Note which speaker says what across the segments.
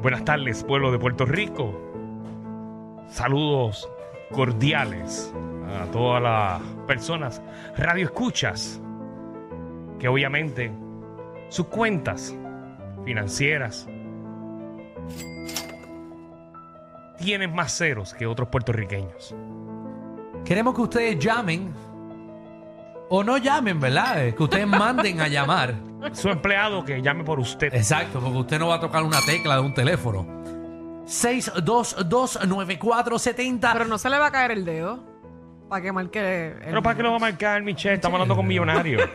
Speaker 1: Buenas tardes, pueblo de Puerto Rico. Saludos cordiales a todas las personas, radio escuchas, que obviamente sus cuentas financieras tienen más ceros que otros puertorriqueños.
Speaker 2: Queremos que ustedes llamen. O no llamen, ¿verdad? Eh, Que ustedes manden a llamar.
Speaker 1: Su empleado que llame por usted.
Speaker 2: Exacto, porque usted no va a tocar una tecla de un teléfono. 6229470.
Speaker 3: Pero no se le va a caer el dedo. Para que marque. el-
Speaker 1: Pero para qué lo va a marcar, Michelle, estamos hablando con millonarios.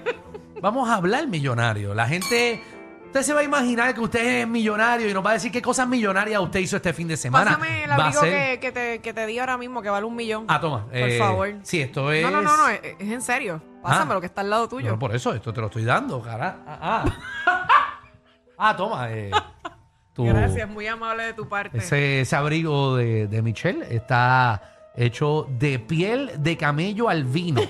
Speaker 2: Vamos a hablar millonario. La gente. Usted se va a imaginar que usted es millonario y nos va a decir qué cosas millonarias usted hizo este fin de semana.
Speaker 3: Pásame el
Speaker 2: va a
Speaker 3: amigo
Speaker 2: ser.
Speaker 3: que, que te, que te di ahora mismo que vale un millón.
Speaker 2: Ah, toma.
Speaker 3: Por favor.
Speaker 2: Sí, esto es.
Speaker 3: No, no, no, no, es, es en serio. Pásamelo
Speaker 2: Ah.
Speaker 3: que está al lado
Speaker 2: No,
Speaker 3: tuyo.
Speaker 2: por eso, esto te lo estoy dando, cara. Ah, ah. Ah, toma. eh, tu-
Speaker 3: Gracias, muy amable de tu parte.
Speaker 2: Ese, ese abrigo de, de Michelle está hecho de piel de camello albino.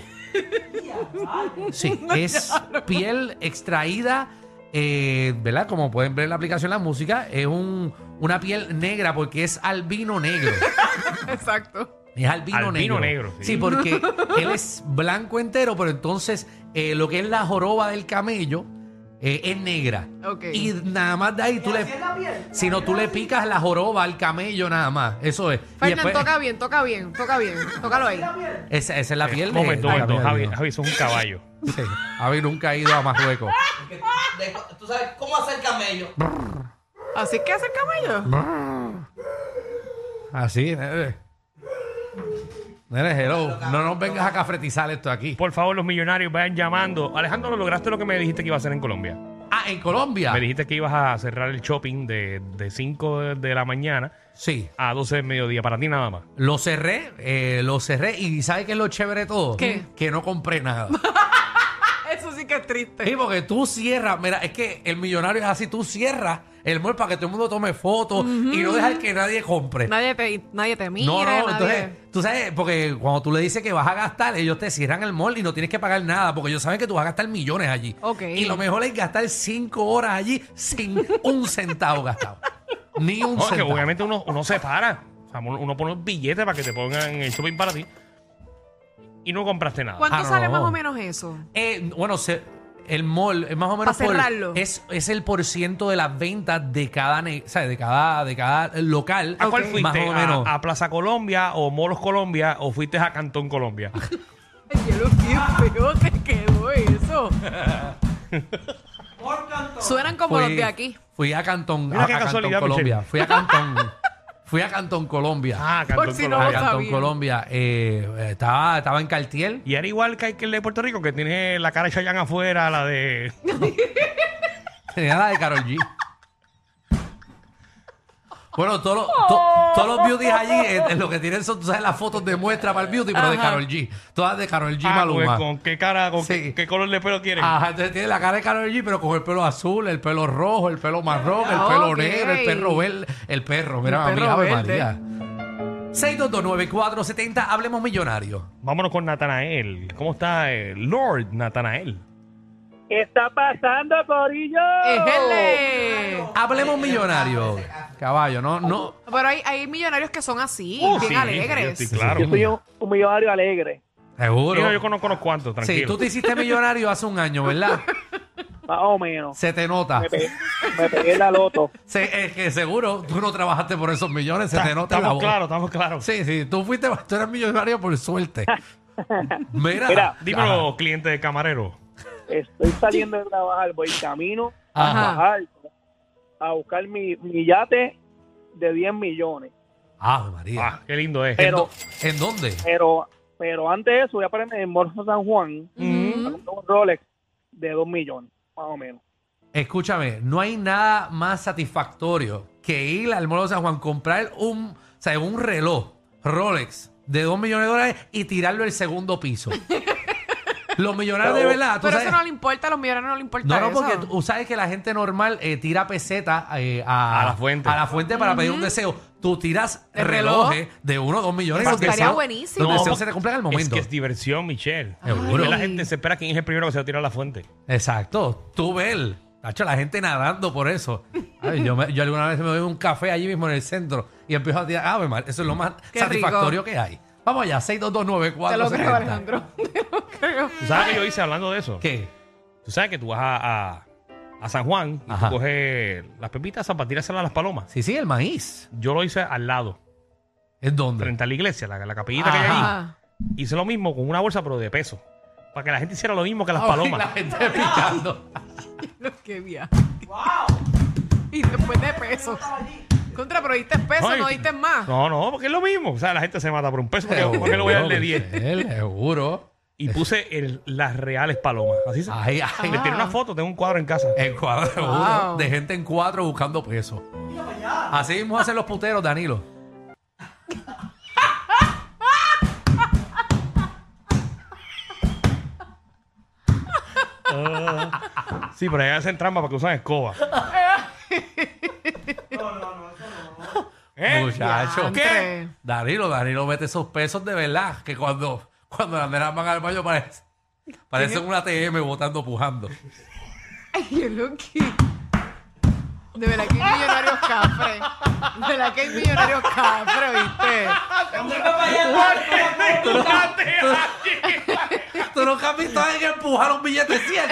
Speaker 2: Sí, es piel extraída, eh, ¿verdad? Como pueden ver en la aplicación la música, es un, una piel negra porque es albino negro.
Speaker 3: Exacto.
Speaker 2: Es albino,
Speaker 1: Albino
Speaker 2: negro.
Speaker 1: negro, sí.
Speaker 2: porque él es blanco entero, pero entonces eh, lo que es la joroba del camello eh, es negra.
Speaker 3: Ok.
Speaker 2: Y nada más de ahí tú le. Si no, tú le picas la joroba al camello nada más. Eso es. Y
Speaker 3: Fernán,
Speaker 2: después-
Speaker 3: toca bien, toca bien, toca bien. Tócalo ahí.
Speaker 2: Esa, esa es la piel. de-
Speaker 1: momento,
Speaker 2: del
Speaker 1: momento,
Speaker 2: camello
Speaker 1: Javi,
Speaker 2: albino.
Speaker 1: Javi, eso es un caballo.
Speaker 2: Sí, Javi nunca ha ido a Marruecos.
Speaker 4: de- ¿Tú sabes cómo hacer camello?
Speaker 3: Así es que hace el camello.
Speaker 2: Así, nene. Nene, hello. No nos vengas a cafretizar esto aquí.
Speaker 1: Por favor, los millonarios vayan llamando. Alejandro, lograste lo que me dijiste que iba a hacer en Colombia.
Speaker 2: Ah, en Colombia.
Speaker 1: Me dijiste que ibas a cerrar el shopping de, de 5 de, de la mañana
Speaker 2: Sí.
Speaker 1: a 12 del mediodía. Para ti nada más.
Speaker 2: Lo cerré, eh, lo cerré. ¿Y sabe qué es lo chévere de todo?
Speaker 3: ¿Qué?
Speaker 2: Que no compré nada.
Speaker 3: Eso sí que es triste.
Speaker 2: Sí, porque tú cierras, mira, es que el millonario es así, tú cierras el mueble para que todo el mundo tome fotos y no dejar que nadie compre.
Speaker 3: Nadie te, nadie te mira,
Speaker 2: no, no,
Speaker 3: nadie.
Speaker 2: entonces, tú sabes, porque cuando tú le dices que vas a gastar, ellos te cierran el mall y no tienes que pagar nada, porque ellos saben que tú vas a gastar millones allí.
Speaker 3: Ok.
Speaker 2: Y lo mejor es gastar cinco horas allí sin un centavo gastado. Ni un
Speaker 1: No, es que
Speaker 2: centavo.
Speaker 1: obviamente uno, uno se para. O sea, uno, uno pone los billetes para que te pongan el shopping para ti. Y no compraste nada.
Speaker 3: ¿Cuánto
Speaker 2: Ah, no.
Speaker 3: sale más o menos eso?
Speaker 2: Eh, bueno, se- el mall es más o menos
Speaker 3: Pa' cerrarlo.
Speaker 2: es, es el por ciento de las ventas de cada, ne- o sea, de cada, de cada local.
Speaker 1: ¿A cuál
Speaker 3: ok.
Speaker 1: fuiste?
Speaker 2: Más o menos.
Speaker 1: ¿A, a Plaza Colombia o Molos Colombia o fuiste a Cantón Colombia?
Speaker 3: Ay, Yo lo que feo te quedó eso. Suenan como los
Speaker 2: Pues,
Speaker 3: de aquí.
Speaker 2: Fui a Cantón,
Speaker 1: Mira
Speaker 2: a,
Speaker 1: qué
Speaker 2: a Cantón
Speaker 1: casualidad,
Speaker 2: Colombia.
Speaker 1: Michelle.
Speaker 2: Fui a Cantón, fui a Cantón Colombia.
Speaker 1: Ah, Cantón
Speaker 3: Por si no
Speaker 1: Colombia.
Speaker 2: a
Speaker 3: lo
Speaker 2: Cantón
Speaker 3: sabía.
Speaker 2: Colombia. Eh, estaba, estaba en Cartier.
Speaker 1: Y era igual que el de Puerto Rico, que tiene la cara de Chayanne afuera, la de...
Speaker 2: Tenía la de Carol G. Bueno, todos los, to- todos los beauties allí, eh, eh, lo que tienen son, tú sabes, las fotos de muestra para el beauty, pero de Carol G. Todas de Carol G.
Speaker 1: Ah, pues,
Speaker 2: Maluma.
Speaker 1: ¿Con qué cara, con
Speaker 2: Sí. Ah,
Speaker 1: qué, qué color de pelo quieres?
Speaker 2: Ajá, entonces tiene la cara de Karol G, pero con el pelo azul, el pelo rojo, el pelo marrón, el pelo
Speaker 3: Ok.
Speaker 2: negro, el perro verde, el perro, mira,
Speaker 3: El
Speaker 2: mami,
Speaker 3: perro
Speaker 2: Ave
Speaker 3: verde.
Speaker 2: María. 6229470, hablemos millonario.
Speaker 1: Vámonos con Natanael. ¿Cómo está eh, Lord Natanael?
Speaker 5: ¿Qué está pasando, Corillo?
Speaker 3: Ejele.
Speaker 2: Hablemos millonario. Caballo, no, no.
Speaker 3: Pero hay, hay millonarios que son así,
Speaker 1: Oh,
Speaker 3: bien
Speaker 1: sí,
Speaker 3: alegres.
Speaker 1: sí, sí, claro.
Speaker 5: Yo soy un, un millonario alegre.
Speaker 1: Mira,
Speaker 2: Seguro.
Speaker 1: yo conozco unos cuantos, tranquilo.
Speaker 2: Sí, tú te hiciste millonario hace un año, ¿verdad?
Speaker 5: Más o menos.
Speaker 2: Se te nota.
Speaker 5: Me pegué, me pegué la loto.
Speaker 2: Se- es que seguro tú no trabajaste por esos millones, se te nota la
Speaker 1: Estamos
Speaker 2: voz.
Speaker 1: claros, estamos claros.
Speaker 2: Sí, sí, tú fuiste, tú eras millonario por suerte. Mira.
Speaker 5: Mira,
Speaker 1: Dímelo, cliente de camarero.
Speaker 5: Estoy saliendo de trabajar, voy camino a
Speaker 2: Ajá.
Speaker 5: trabajar, a buscar mi, mi yate de 10 millones.
Speaker 2: Ah, María.
Speaker 1: Ah, qué lindo es.
Speaker 2: ¿En
Speaker 5: Pero-
Speaker 2: do- ¿En dónde?
Speaker 5: Pero pero antes de eso, voy a ponerme en Morso San Juan a
Speaker 3: Ujú.
Speaker 5: comprar un Rolex de 2 millones, más o menos.
Speaker 2: Escúchame, no hay nada más satisfactorio que ir al Molo San Juan, comprar un, sea, un reloj Rolex de 2 millones de dólares y tirarlo al segundo piso. Los millonarios de verdad, tú
Speaker 3: Pero
Speaker 2: sabes-
Speaker 3: eso no le importa, a los millonarios no le importa
Speaker 2: no, no,
Speaker 3: eso.
Speaker 2: porque tú sabes que la gente normal eh, tira pesetas eh, a,
Speaker 1: A la fuente.
Speaker 2: a la fuente para pedir un deseo. Tú tiras
Speaker 3: El reloj.
Speaker 2: relojes de uno o dos millones.
Speaker 3: Eso
Speaker 2: los
Speaker 3: estaría
Speaker 2: deseos-
Speaker 3: buenísimo.
Speaker 2: Los deseos
Speaker 1: No,
Speaker 2: se te cumplen al
Speaker 1: Es
Speaker 2: momento.
Speaker 1: que es diversión, Michelle.
Speaker 2: Seguro.
Speaker 1: La gente se espera quién es el primero que se va a tirar a la fuente.
Speaker 2: Exacto. Tú ves, el- tacho, la gente nadando por eso. Ay, yo, me- yo alguna vez me doy un café allí mismo en el centro y empiezo a tirar. Ah, me mal. Eso es lo más
Speaker 3: Qué
Speaker 2: satisfactorio que hay. Vamos allá,
Speaker 3: Te lo creo,
Speaker 2: 6229470.
Speaker 3: Alejandro. Te lo creo.
Speaker 1: ¿Tú sabes que yo hice hablando de eso?
Speaker 2: ¿Qué?
Speaker 1: Tú sabes que tú vas a, a- a San Juan y
Speaker 2: Ajá.
Speaker 1: tú coges las pepitas para tirárselas a las palomas.
Speaker 2: Sí, sí, el maíz.
Speaker 1: Yo lo hice al lado,
Speaker 2: ¿Es dónde?
Speaker 1: frente a la iglesia, la, la capillita que hay ahí.
Speaker 3: Ajá.
Speaker 1: Hice lo mismo con una bolsa, pero de peso. Para que la gente hiciera lo mismo que las palomas.
Speaker 2: La gente picando.
Speaker 3: Qué bien.
Speaker 4: ¡Wow!
Speaker 3: Y después de peso. Contra, pero diste peso,
Speaker 1: Ay,
Speaker 3: no diste más.
Speaker 1: No, no, porque es lo mismo. O sea, la gente se mata por un peso. Porque, porque le voy a dar de 10.
Speaker 2: Michelle, Seguro.
Speaker 1: Y puse el- las reales palomas. Así se.
Speaker 3: Ah.
Speaker 2: Ay, ay.
Speaker 1: Le tiré una foto, tengo un cuadro en casa.
Speaker 2: El cuadro seguro,
Speaker 3: Wow.
Speaker 2: de gente en cuatro buscando peso. Así mismo hacen los puteros, Danilo.
Speaker 1: Sí, pero ahí hacen trampa porque usan escoba. ¿Eh?
Speaker 2: Muchacho.
Speaker 3: Diantre.
Speaker 2: Danilo, Danilo mete esos pesos de verdad que cuando, cuando las nenas van al baño parece, parecen una TM botando, pujando.
Speaker 3: Ay, yo lo que. De verdad que hay millonarios cafres. De verdad que hay millonarios cafres, ¿viste?
Speaker 4: ¿Dónde fue para allá?
Speaker 2: ¿Tú nunca, tú nunca has visto a alguien empujar un billete de 100?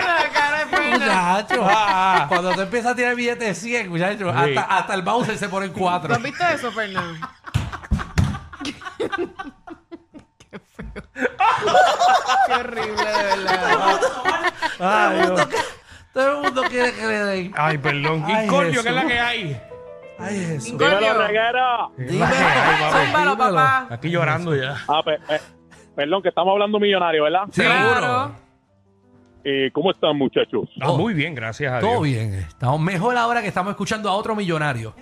Speaker 3: La cara de pena.
Speaker 2: Muchacho, ah. cuando tú empiezas a tirar billetes de 100, muchacho,
Speaker 1: Sí.
Speaker 2: hasta, hasta el Bowser se pone en
Speaker 3: ¿Tú
Speaker 2: cuatro.
Speaker 3: has visto eso, Fernando? Qué feo. Qué horrible, de verdad.
Speaker 2: Todo el mundo que- todo el mundo quiere que le den.
Speaker 1: Ay, perdón.
Speaker 2: Ay,
Speaker 1: Incordio,
Speaker 2: Jesús.
Speaker 1: que es la que hay.
Speaker 2: Ay, Jesús.
Speaker 5: Dímelo,
Speaker 3: Coño.
Speaker 5: reguero.
Speaker 2: Dime.
Speaker 3: Zúmbalo, papá.
Speaker 1: Aquí llorando ya.
Speaker 5: Ah, pe- pe- perdón, que estamos hablando millonario, ¿verdad?
Speaker 2: Seguro.
Speaker 3: Claro.
Speaker 5: Eh, ¿Cómo están, muchachos?
Speaker 1: Ah, muy bien, gracias a Dios.
Speaker 2: Todo bien. Estamos mejor ahora que estamos escuchando a otro millonario.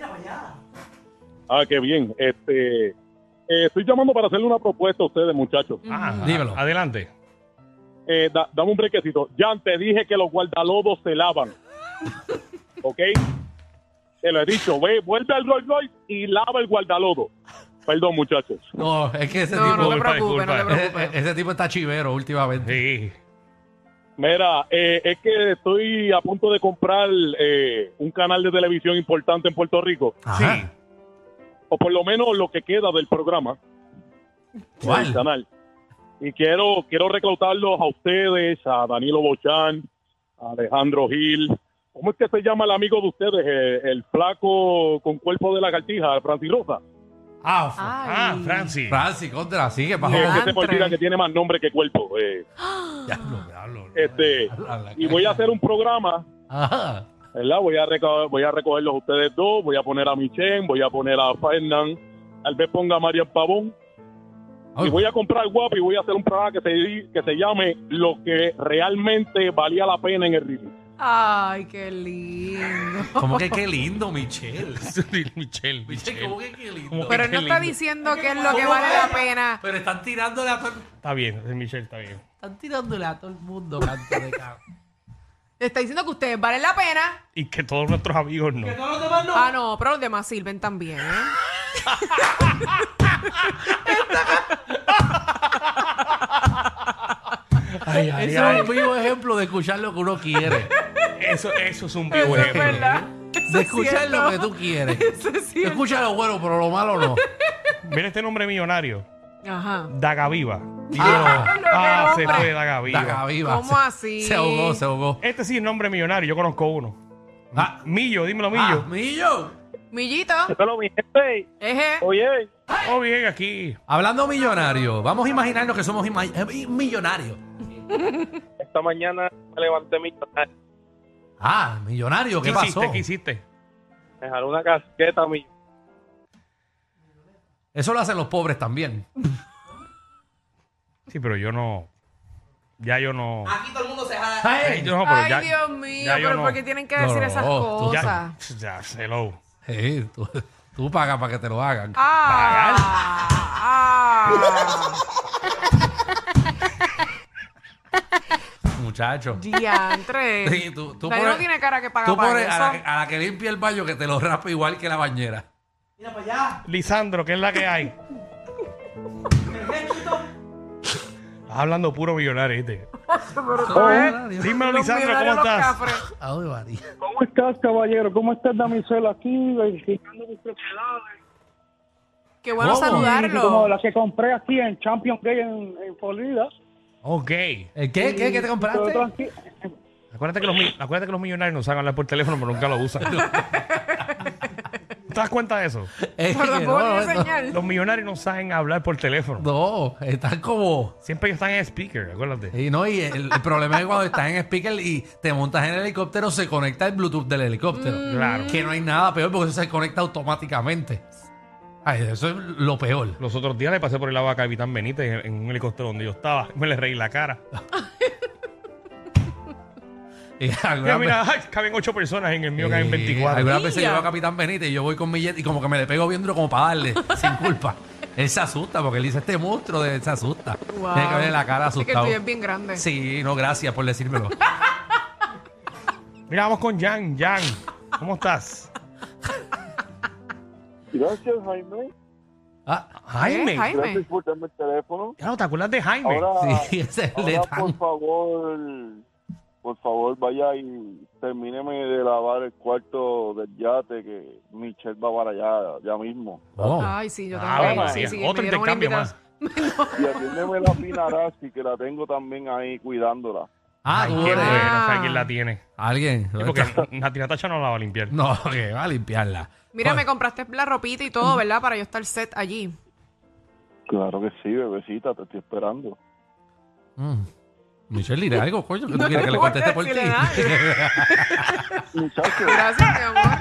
Speaker 5: Ah, qué bien. Este, eh, estoy llamando para hacerle una propuesta a ustedes, muchachos.
Speaker 1: Ah,
Speaker 2: Dímelo.
Speaker 1: a- Adelante.
Speaker 5: Eh, da- dame un brequecito. Ya te dije que los guardalodos se lavan. ¿Ok? Te lo he dicho. Ve, vuelve al Rolls Royce y lava el guardalodo. Perdón, muchachos.
Speaker 2: No, es que ese
Speaker 3: No,
Speaker 2: tipo,
Speaker 3: no te
Speaker 1: Disculpa,
Speaker 3: preocupes, no te
Speaker 1: disculpa.
Speaker 3: preocupes.
Speaker 2: ese, ese tipo está chivero últimamente.
Speaker 1: Sí.
Speaker 5: Mira, eh, es que estoy a punto de comprar eh, un canal de televisión importante en Puerto Rico.
Speaker 2: Ajá.
Speaker 5: O por lo menos lo que queda del programa. del
Speaker 2: ¿Cuál?
Speaker 5: canal. Y quiero, quiero reclutarlos a ustedes, a Danilo Bochán, a Alejandro Gil. ¿Cómo es que se llama el amigo de ustedes? Eh, El, flaco con cuerpo de lagartija, Francis Rosa.
Speaker 2: Ah, Fra-
Speaker 3: Ay.
Speaker 1: Ah, Francis.
Speaker 2: Francis, contra, sigue, bajo.
Speaker 5: Que
Speaker 3: Ya.
Speaker 5: se me olvida que tiene más nombre que cuerpo. eh.
Speaker 2: Diablo, diablo,
Speaker 5: este,
Speaker 2: diablo, la
Speaker 5: y voy a
Speaker 2: cara.
Speaker 5: hacer un programa,
Speaker 2: Ajá.
Speaker 5: ¿verdad? Voy a, reco- voy a recogerlos a ustedes dos, voy a poner a Michelle, voy a poner a Fernán, tal vez ponga a María Pavón. Y
Speaker 2: Ay,
Speaker 5: voy a comprar guapo y voy a hacer un programa que se, di- que se llame Lo que realmente valía la pena en el ritmo.
Speaker 3: Ay, qué lindo.
Speaker 2: Como que qué lindo, Michelle.
Speaker 1: Michelle,
Speaker 2: Michelle,
Speaker 1: Michelle.
Speaker 2: como que qué lindo.
Speaker 1: Como-
Speaker 3: Pero
Speaker 1: Qué
Speaker 3: él no está
Speaker 1: lindo.
Speaker 3: diciendo qué es lo que vale la pena.
Speaker 2: Pero están tirándole a todo el-
Speaker 1: Está bien, Michelle está bien.
Speaker 2: están tirándole a todo el mundo, canto de cabrón.
Speaker 3: Le está diciendo que ustedes valen la pena.
Speaker 1: Y que todos nuestros amigos no.
Speaker 4: Que todos los demás no.
Speaker 3: Ah, no, pero los demás sirven también. ¿eh?
Speaker 1: Ay, ay,
Speaker 2: Ese
Speaker 1: ay.
Speaker 2: es un vivo ejemplo de escuchar lo que uno quiere.
Speaker 1: Eso, eso es un
Speaker 3: Eso
Speaker 1: vivo
Speaker 3: es
Speaker 1: ejemplo.
Speaker 3: verdad. Eso
Speaker 2: De
Speaker 3: es
Speaker 2: escuchar lo
Speaker 3: cierto.
Speaker 2: que tú quieres.
Speaker 3: Eso es cierto.
Speaker 2: Escucha lo bueno, pero lo malo no.
Speaker 1: Mira este nombre millonario.
Speaker 3: Ajá.
Speaker 1: Dagaviva.
Speaker 2: Ah,
Speaker 1: Ah, se
Speaker 3: hombre.
Speaker 1: fue Dagaviva.
Speaker 2: Daga viva.
Speaker 3: ¿Cómo
Speaker 2: Se-
Speaker 3: así?
Speaker 2: Se ahogó, se ahogó.
Speaker 1: Este sí es nombre millonario, yo conozco uno.
Speaker 2: Ah,
Speaker 1: Millo, dímelo,
Speaker 2: ah,
Speaker 1: Millo.
Speaker 2: Millo.
Speaker 3: Millito,
Speaker 5: Pero mi gente,
Speaker 3: eje.
Speaker 5: oye,
Speaker 1: Oh, bien, aquí.
Speaker 2: Hablando millonario, vamos a imaginarnos que somos ima- eh, millonarios.
Speaker 5: esta mañana me levanté mi
Speaker 2: Ah, millonario, ¿qué, pasó?
Speaker 1: hiciste? ¿Qué hiciste?
Speaker 5: me jaló una casqueta mi
Speaker 2: Eso lo hacen los pobres también.
Speaker 1: Sí, pero yo no. Ya yo no.
Speaker 4: Aquí todo el mundo se jala.
Speaker 2: Ay,
Speaker 1: Yo no, pero
Speaker 3: Ay,
Speaker 1: ya,
Speaker 3: Dios mío. mío,
Speaker 1: Ya yo
Speaker 3: pero
Speaker 1: no.
Speaker 3: ¿por qué tienen que
Speaker 2: No,
Speaker 3: decir
Speaker 2: no,
Speaker 3: esas
Speaker 2: no, tú
Speaker 3: cosas?
Speaker 1: Ya, ya, hello.
Speaker 2: Sí, tú, tú pagas para que te lo hagan.
Speaker 3: Ah, ah,
Speaker 2: Muchacho.
Speaker 3: diantre.
Speaker 2: Sí, tú, tú
Speaker 3: Nadie
Speaker 2: pones-
Speaker 3: no tiene cara que paga
Speaker 2: tú
Speaker 3: para
Speaker 2: pones a la,
Speaker 3: eso.
Speaker 2: que- a la que limpia el baño que te lo rapa igual que la bañera.
Speaker 4: Mira para allá.
Speaker 1: Lisandro, ¿qué es la que hay? Estás hablando puro millonario, ¿viste? Dímelo, Lisandro, ¿cómo
Speaker 3: Los millonarios, los
Speaker 1: estás?
Speaker 3: cafres.
Speaker 2: Ay, María.
Speaker 5: ¿Cómo estás, caballero? ¿Cómo estás, damisela? Aquí verificando mis propiedades.
Speaker 3: Qué bueno
Speaker 2: ¿Cómo?
Speaker 5: Como
Speaker 3: saludarlo.
Speaker 5: las que compré aquí en Champions Day en, en Florida.
Speaker 1: Ok.
Speaker 2: ¿El Eh, ¿Qué? ¿Qué? ¿Qué te
Speaker 5: Todo
Speaker 2: compraste?
Speaker 5: tranqui-
Speaker 1: Acuérdate que, los, mi- acuérdate que los millonarios no saben hablar por teléfono, pero nunca lo usan. ¿Te das cuenta de eso?
Speaker 2: Eh,
Speaker 3: Pero tampoco
Speaker 2: no,
Speaker 3: tiene
Speaker 2: no,
Speaker 3: señal.
Speaker 1: Los millonarios no saben hablar por teléfono.
Speaker 2: no, están como...
Speaker 1: Siempre están en speaker, acuérdate.
Speaker 2: Y no, y el, el problema es cuando estás en speaker y te montas en el helicóptero, se conecta el Bluetooth del helicóptero.
Speaker 1: Claro.
Speaker 3: Mm.
Speaker 2: Que no hay nada peor porque eso se conecta automáticamente. Ay, eso es lo peor.
Speaker 1: Los otros días le pasé por el lado a Capitán Benítez en, en un helicóptero donde yo estaba. Me le reí la cara.
Speaker 2: Y
Speaker 1: Mira,
Speaker 2: algunas
Speaker 1: mira,
Speaker 2: ve-
Speaker 1: ay, caben ocho personas en el mío, caben
Speaker 2: Eh,
Speaker 1: 24.
Speaker 2: Algunas veces yo veo a Capitán Benítez y yo voy con mi jet y como que me le pego viendo como para darle, sin culpa. Él se asusta porque él dice este monstruo, de, se asusta.
Speaker 3: Wow.
Speaker 2: Tiene que verle la cara
Speaker 3: Así que el
Speaker 2: asustado.
Speaker 3: tuyo es bien grande.
Speaker 2: Sí, no, gracias por decírmelo.
Speaker 1: Mira, vamos con Jan. Jan, ¿cómo estás?
Speaker 5: Gracias, Jaime.
Speaker 2: Ah,
Speaker 1: Jaime.
Speaker 3: ¿Eh, Jaime?
Speaker 5: Gracias por darme el teléfono.
Speaker 1: Claro, ¿te acuerdas de Jaime?
Speaker 5: Ahora,
Speaker 2: sí, ese es el de
Speaker 5: ahora por
Speaker 2: tan-
Speaker 5: favor, por favor, vaya y termíneme de lavar el cuarto del yate que Michelle va para allá ya mismo.
Speaker 2: Oh.
Speaker 3: Ay, sí, yo
Speaker 1: Ah,
Speaker 3: también.
Speaker 5: bueno,
Speaker 3: sí,
Speaker 1: María.
Speaker 3: sí,
Speaker 1: Otro
Speaker 3: me dieron una
Speaker 1: intercambio más.
Speaker 5: Y atiéndeme la Pinarazzi que la tengo también ahí cuidándola.
Speaker 2: Ah,
Speaker 1: Ay,
Speaker 2: tú
Speaker 1: qué
Speaker 2: eres-
Speaker 1: bueno, ¿sabes quién la tiene?
Speaker 2: Alguien.
Speaker 1: Sí, porque Nati Natacha no la va a limpiar.
Speaker 2: No, que va a limpiarla.
Speaker 3: Mira,
Speaker 2: Bueno,
Speaker 3: me compraste la ropita y todo, ¿verdad? Para yo estar set allí.
Speaker 5: Claro que sí, bebecita, te estoy esperando.
Speaker 2: mm. Michelle, dile algo, coño, que tú quieres que le
Speaker 3: No
Speaker 2: conteste
Speaker 3: puedes
Speaker 2: por ti.
Speaker 3: decirle nada.
Speaker 5: Muchachos,
Speaker 3: Gracias, mi amor.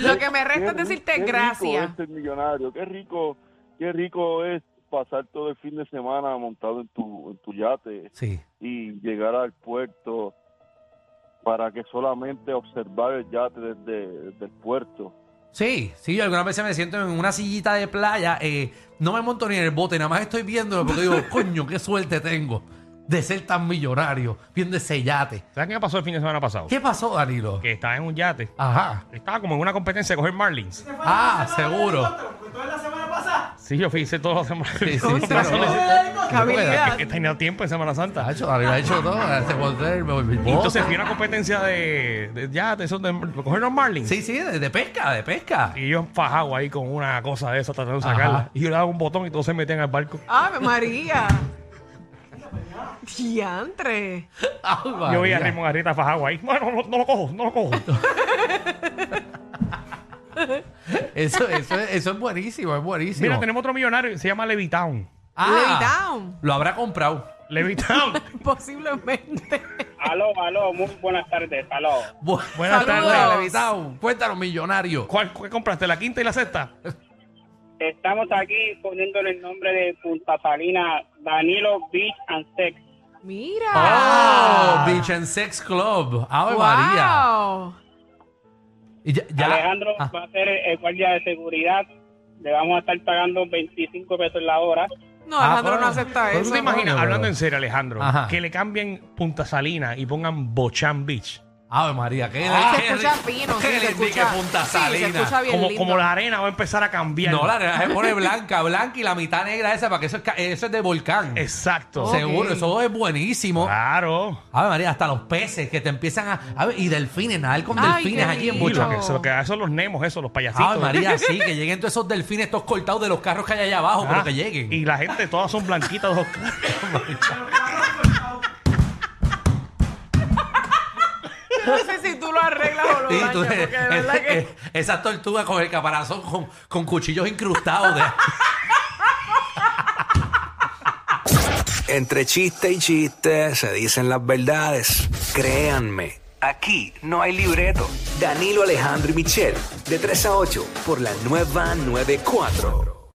Speaker 3: Lo que me resta es
Speaker 5: qué ri-
Speaker 3: decirte
Speaker 5: qué rico
Speaker 3: gracias.
Speaker 5: es ser millonario, qué rico, qué rico es pasar todo el fin de semana montado en tu, en tu yate
Speaker 2: Sí.
Speaker 5: y llegar al puerto para que solamente observar el yate desde, desde el puerto.
Speaker 2: Sí, sí, yo algunas veces me siento en una sillita de playa, eh, no me monto ni en el bote, nada más estoy viéndolo porque digo, coño, qué suerte tengo de ser tan millonario, viendo ese yate.
Speaker 1: ¿Sabes qué me pasó el fin de semana pasado?
Speaker 2: ¿Qué pasó, Danilo?
Speaker 1: Que estaba en un yate.
Speaker 2: Ajá.
Speaker 1: Estaba como en una competencia de coger Marlins.
Speaker 2: Ah, seguro.
Speaker 4: Entonces la semana pasada.
Speaker 1: Sí, yo hice todo la semana.
Speaker 2: Sí, sí, sí.
Speaker 3: Contra,
Speaker 2: sí, sí.
Speaker 3: qué habilidad.
Speaker 1: Que tenía tiempo en Semana Santa.
Speaker 2: Ha hecho, Danilo ha hecho todo, eh, se volvió el el bote.
Speaker 1: Y entonces fui a una competencia de, de yate, eso de, de coger los Marlins.
Speaker 2: Sí, sí, de, de pesca, de pesca.
Speaker 1: Y yo enfajado ahí con una cosa de esa tratando de
Speaker 2: Ajá.
Speaker 1: sacarla. Y yo le daba un botón y todos se metían al barco.
Speaker 3: Ave María. Diantre.
Speaker 2: Ay,
Speaker 1: Yo veía a
Speaker 2: María.
Speaker 1: Raymond Arrieta fajado ahí. No, no, no, no lo cojo, no lo cojo.
Speaker 2: Eso, eso, es- eso es buenísimo, es buenísimo.
Speaker 1: Mira, tenemos otro millonario, se llama Levitown.
Speaker 3: Levitown.
Speaker 2: Ah. Lo habrá comprado.
Speaker 1: Levitown.
Speaker 3: Posiblemente.
Speaker 6: Aló, aló, muy buenas tardes, aló.
Speaker 2: Bu-
Speaker 1: Buenas
Speaker 3: Saludos.
Speaker 1: tardes.
Speaker 2: Levitown, cuéntanos, millonario.
Speaker 1: ¿Cuál, cuál compraste? ¿La quinta y la sexta?
Speaker 6: Estamos aquí poniéndole el nombre de Punta Salina, Danilo Beach and Sex.
Speaker 3: Mira.
Speaker 2: Oh, Beach and Sex Club. Ave
Speaker 3: Ah. wow.
Speaker 2: María. Y ya- ya-
Speaker 6: Alejandro
Speaker 2: Ah,
Speaker 6: va a ser el guardia de seguridad. Le vamos a estar pagando 25 pesos la hora.
Speaker 3: No,
Speaker 2: Ah,
Speaker 3: Alejandro no
Speaker 2: bueno.
Speaker 3: acepta
Speaker 2: Pero
Speaker 1: ¿Tú
Speaker 3: eso.
Speaker 1: te imaginas,
Speaker 2: coño,
Speaker 1: hablando
Speaker 2: pero-
Speaker 1: en serio, Alejandro,
Speaker 2: Ajá.
Speaker 1: que le cambien Punta Salina y pongan Bocham Beach?
Speaker 2: Ave María, qué
Speaker 3: Ah,
Speaker 2: qué
Speaker 3: se escucha
Speaker 2: rico,
Speaker 3: fino, sí,
Speaker 2: qué
Speaker 3: se
Speaker 2: lindo y qué
Speaker 3: escucha-
Speaker 2: punta
Speaker 3: sí, se
Speaker 2: salina.
Speaker 3: escucha bien.
Speaker 1: Como,
Speaker 3: lindo.
Speaker 1: como la arena va a empezar a cambiar.
Speaker 2: No, la naranja se pone blanca, blanca y la mitad negra esa, porque eso es, ca- eso es de volcán.
Speaker 1: Exacto.
Speaker 3: Oh.
Speaker 2: Seguro,
Speaker 3: Ok. Ah.
Speaker 2: eso es buenísimo.
Speaker 1: Claro.
Speaker 2: Ave María, hasta los peces que te empiezan a. a ver, y delfines, nadar con
Speaker 3: Ay,
Speaker 2: delfines
Speaker 3: qué
Speaker 2: allí en
Speaker 3: rico.
Speaker 1: Y lo
Speaker 2: Bochán.
Speaker 1: que, eso, lo que son los nemos, esos, los payasitos.
Speaker 2: Ave María, sí, que lleguen todos esos delfines, todos cortados de los carros que hay allá abajo,
Speaker 1: Ah,
Speaker 2: pero que lleguen.
Speaker 1: Y la gente, todas son blanquitas. todos-
Speaker 3: No sé si tú lo arreglas o lo
Speaker 2: Sí,
Speaker 3: dañas,
Speaker 2: tú-
Speaker 3: porque de verdad que...
Speaker 2: Esas tortugas con el caparazón con, con cuchillos incrustados. de-
Speaker 7: Entre chiste y chiste se dicen las verdades. Créanme, aquí no hay libreto. Danilo Alejandro y Michel, de 3 a 8, por la nueva 94.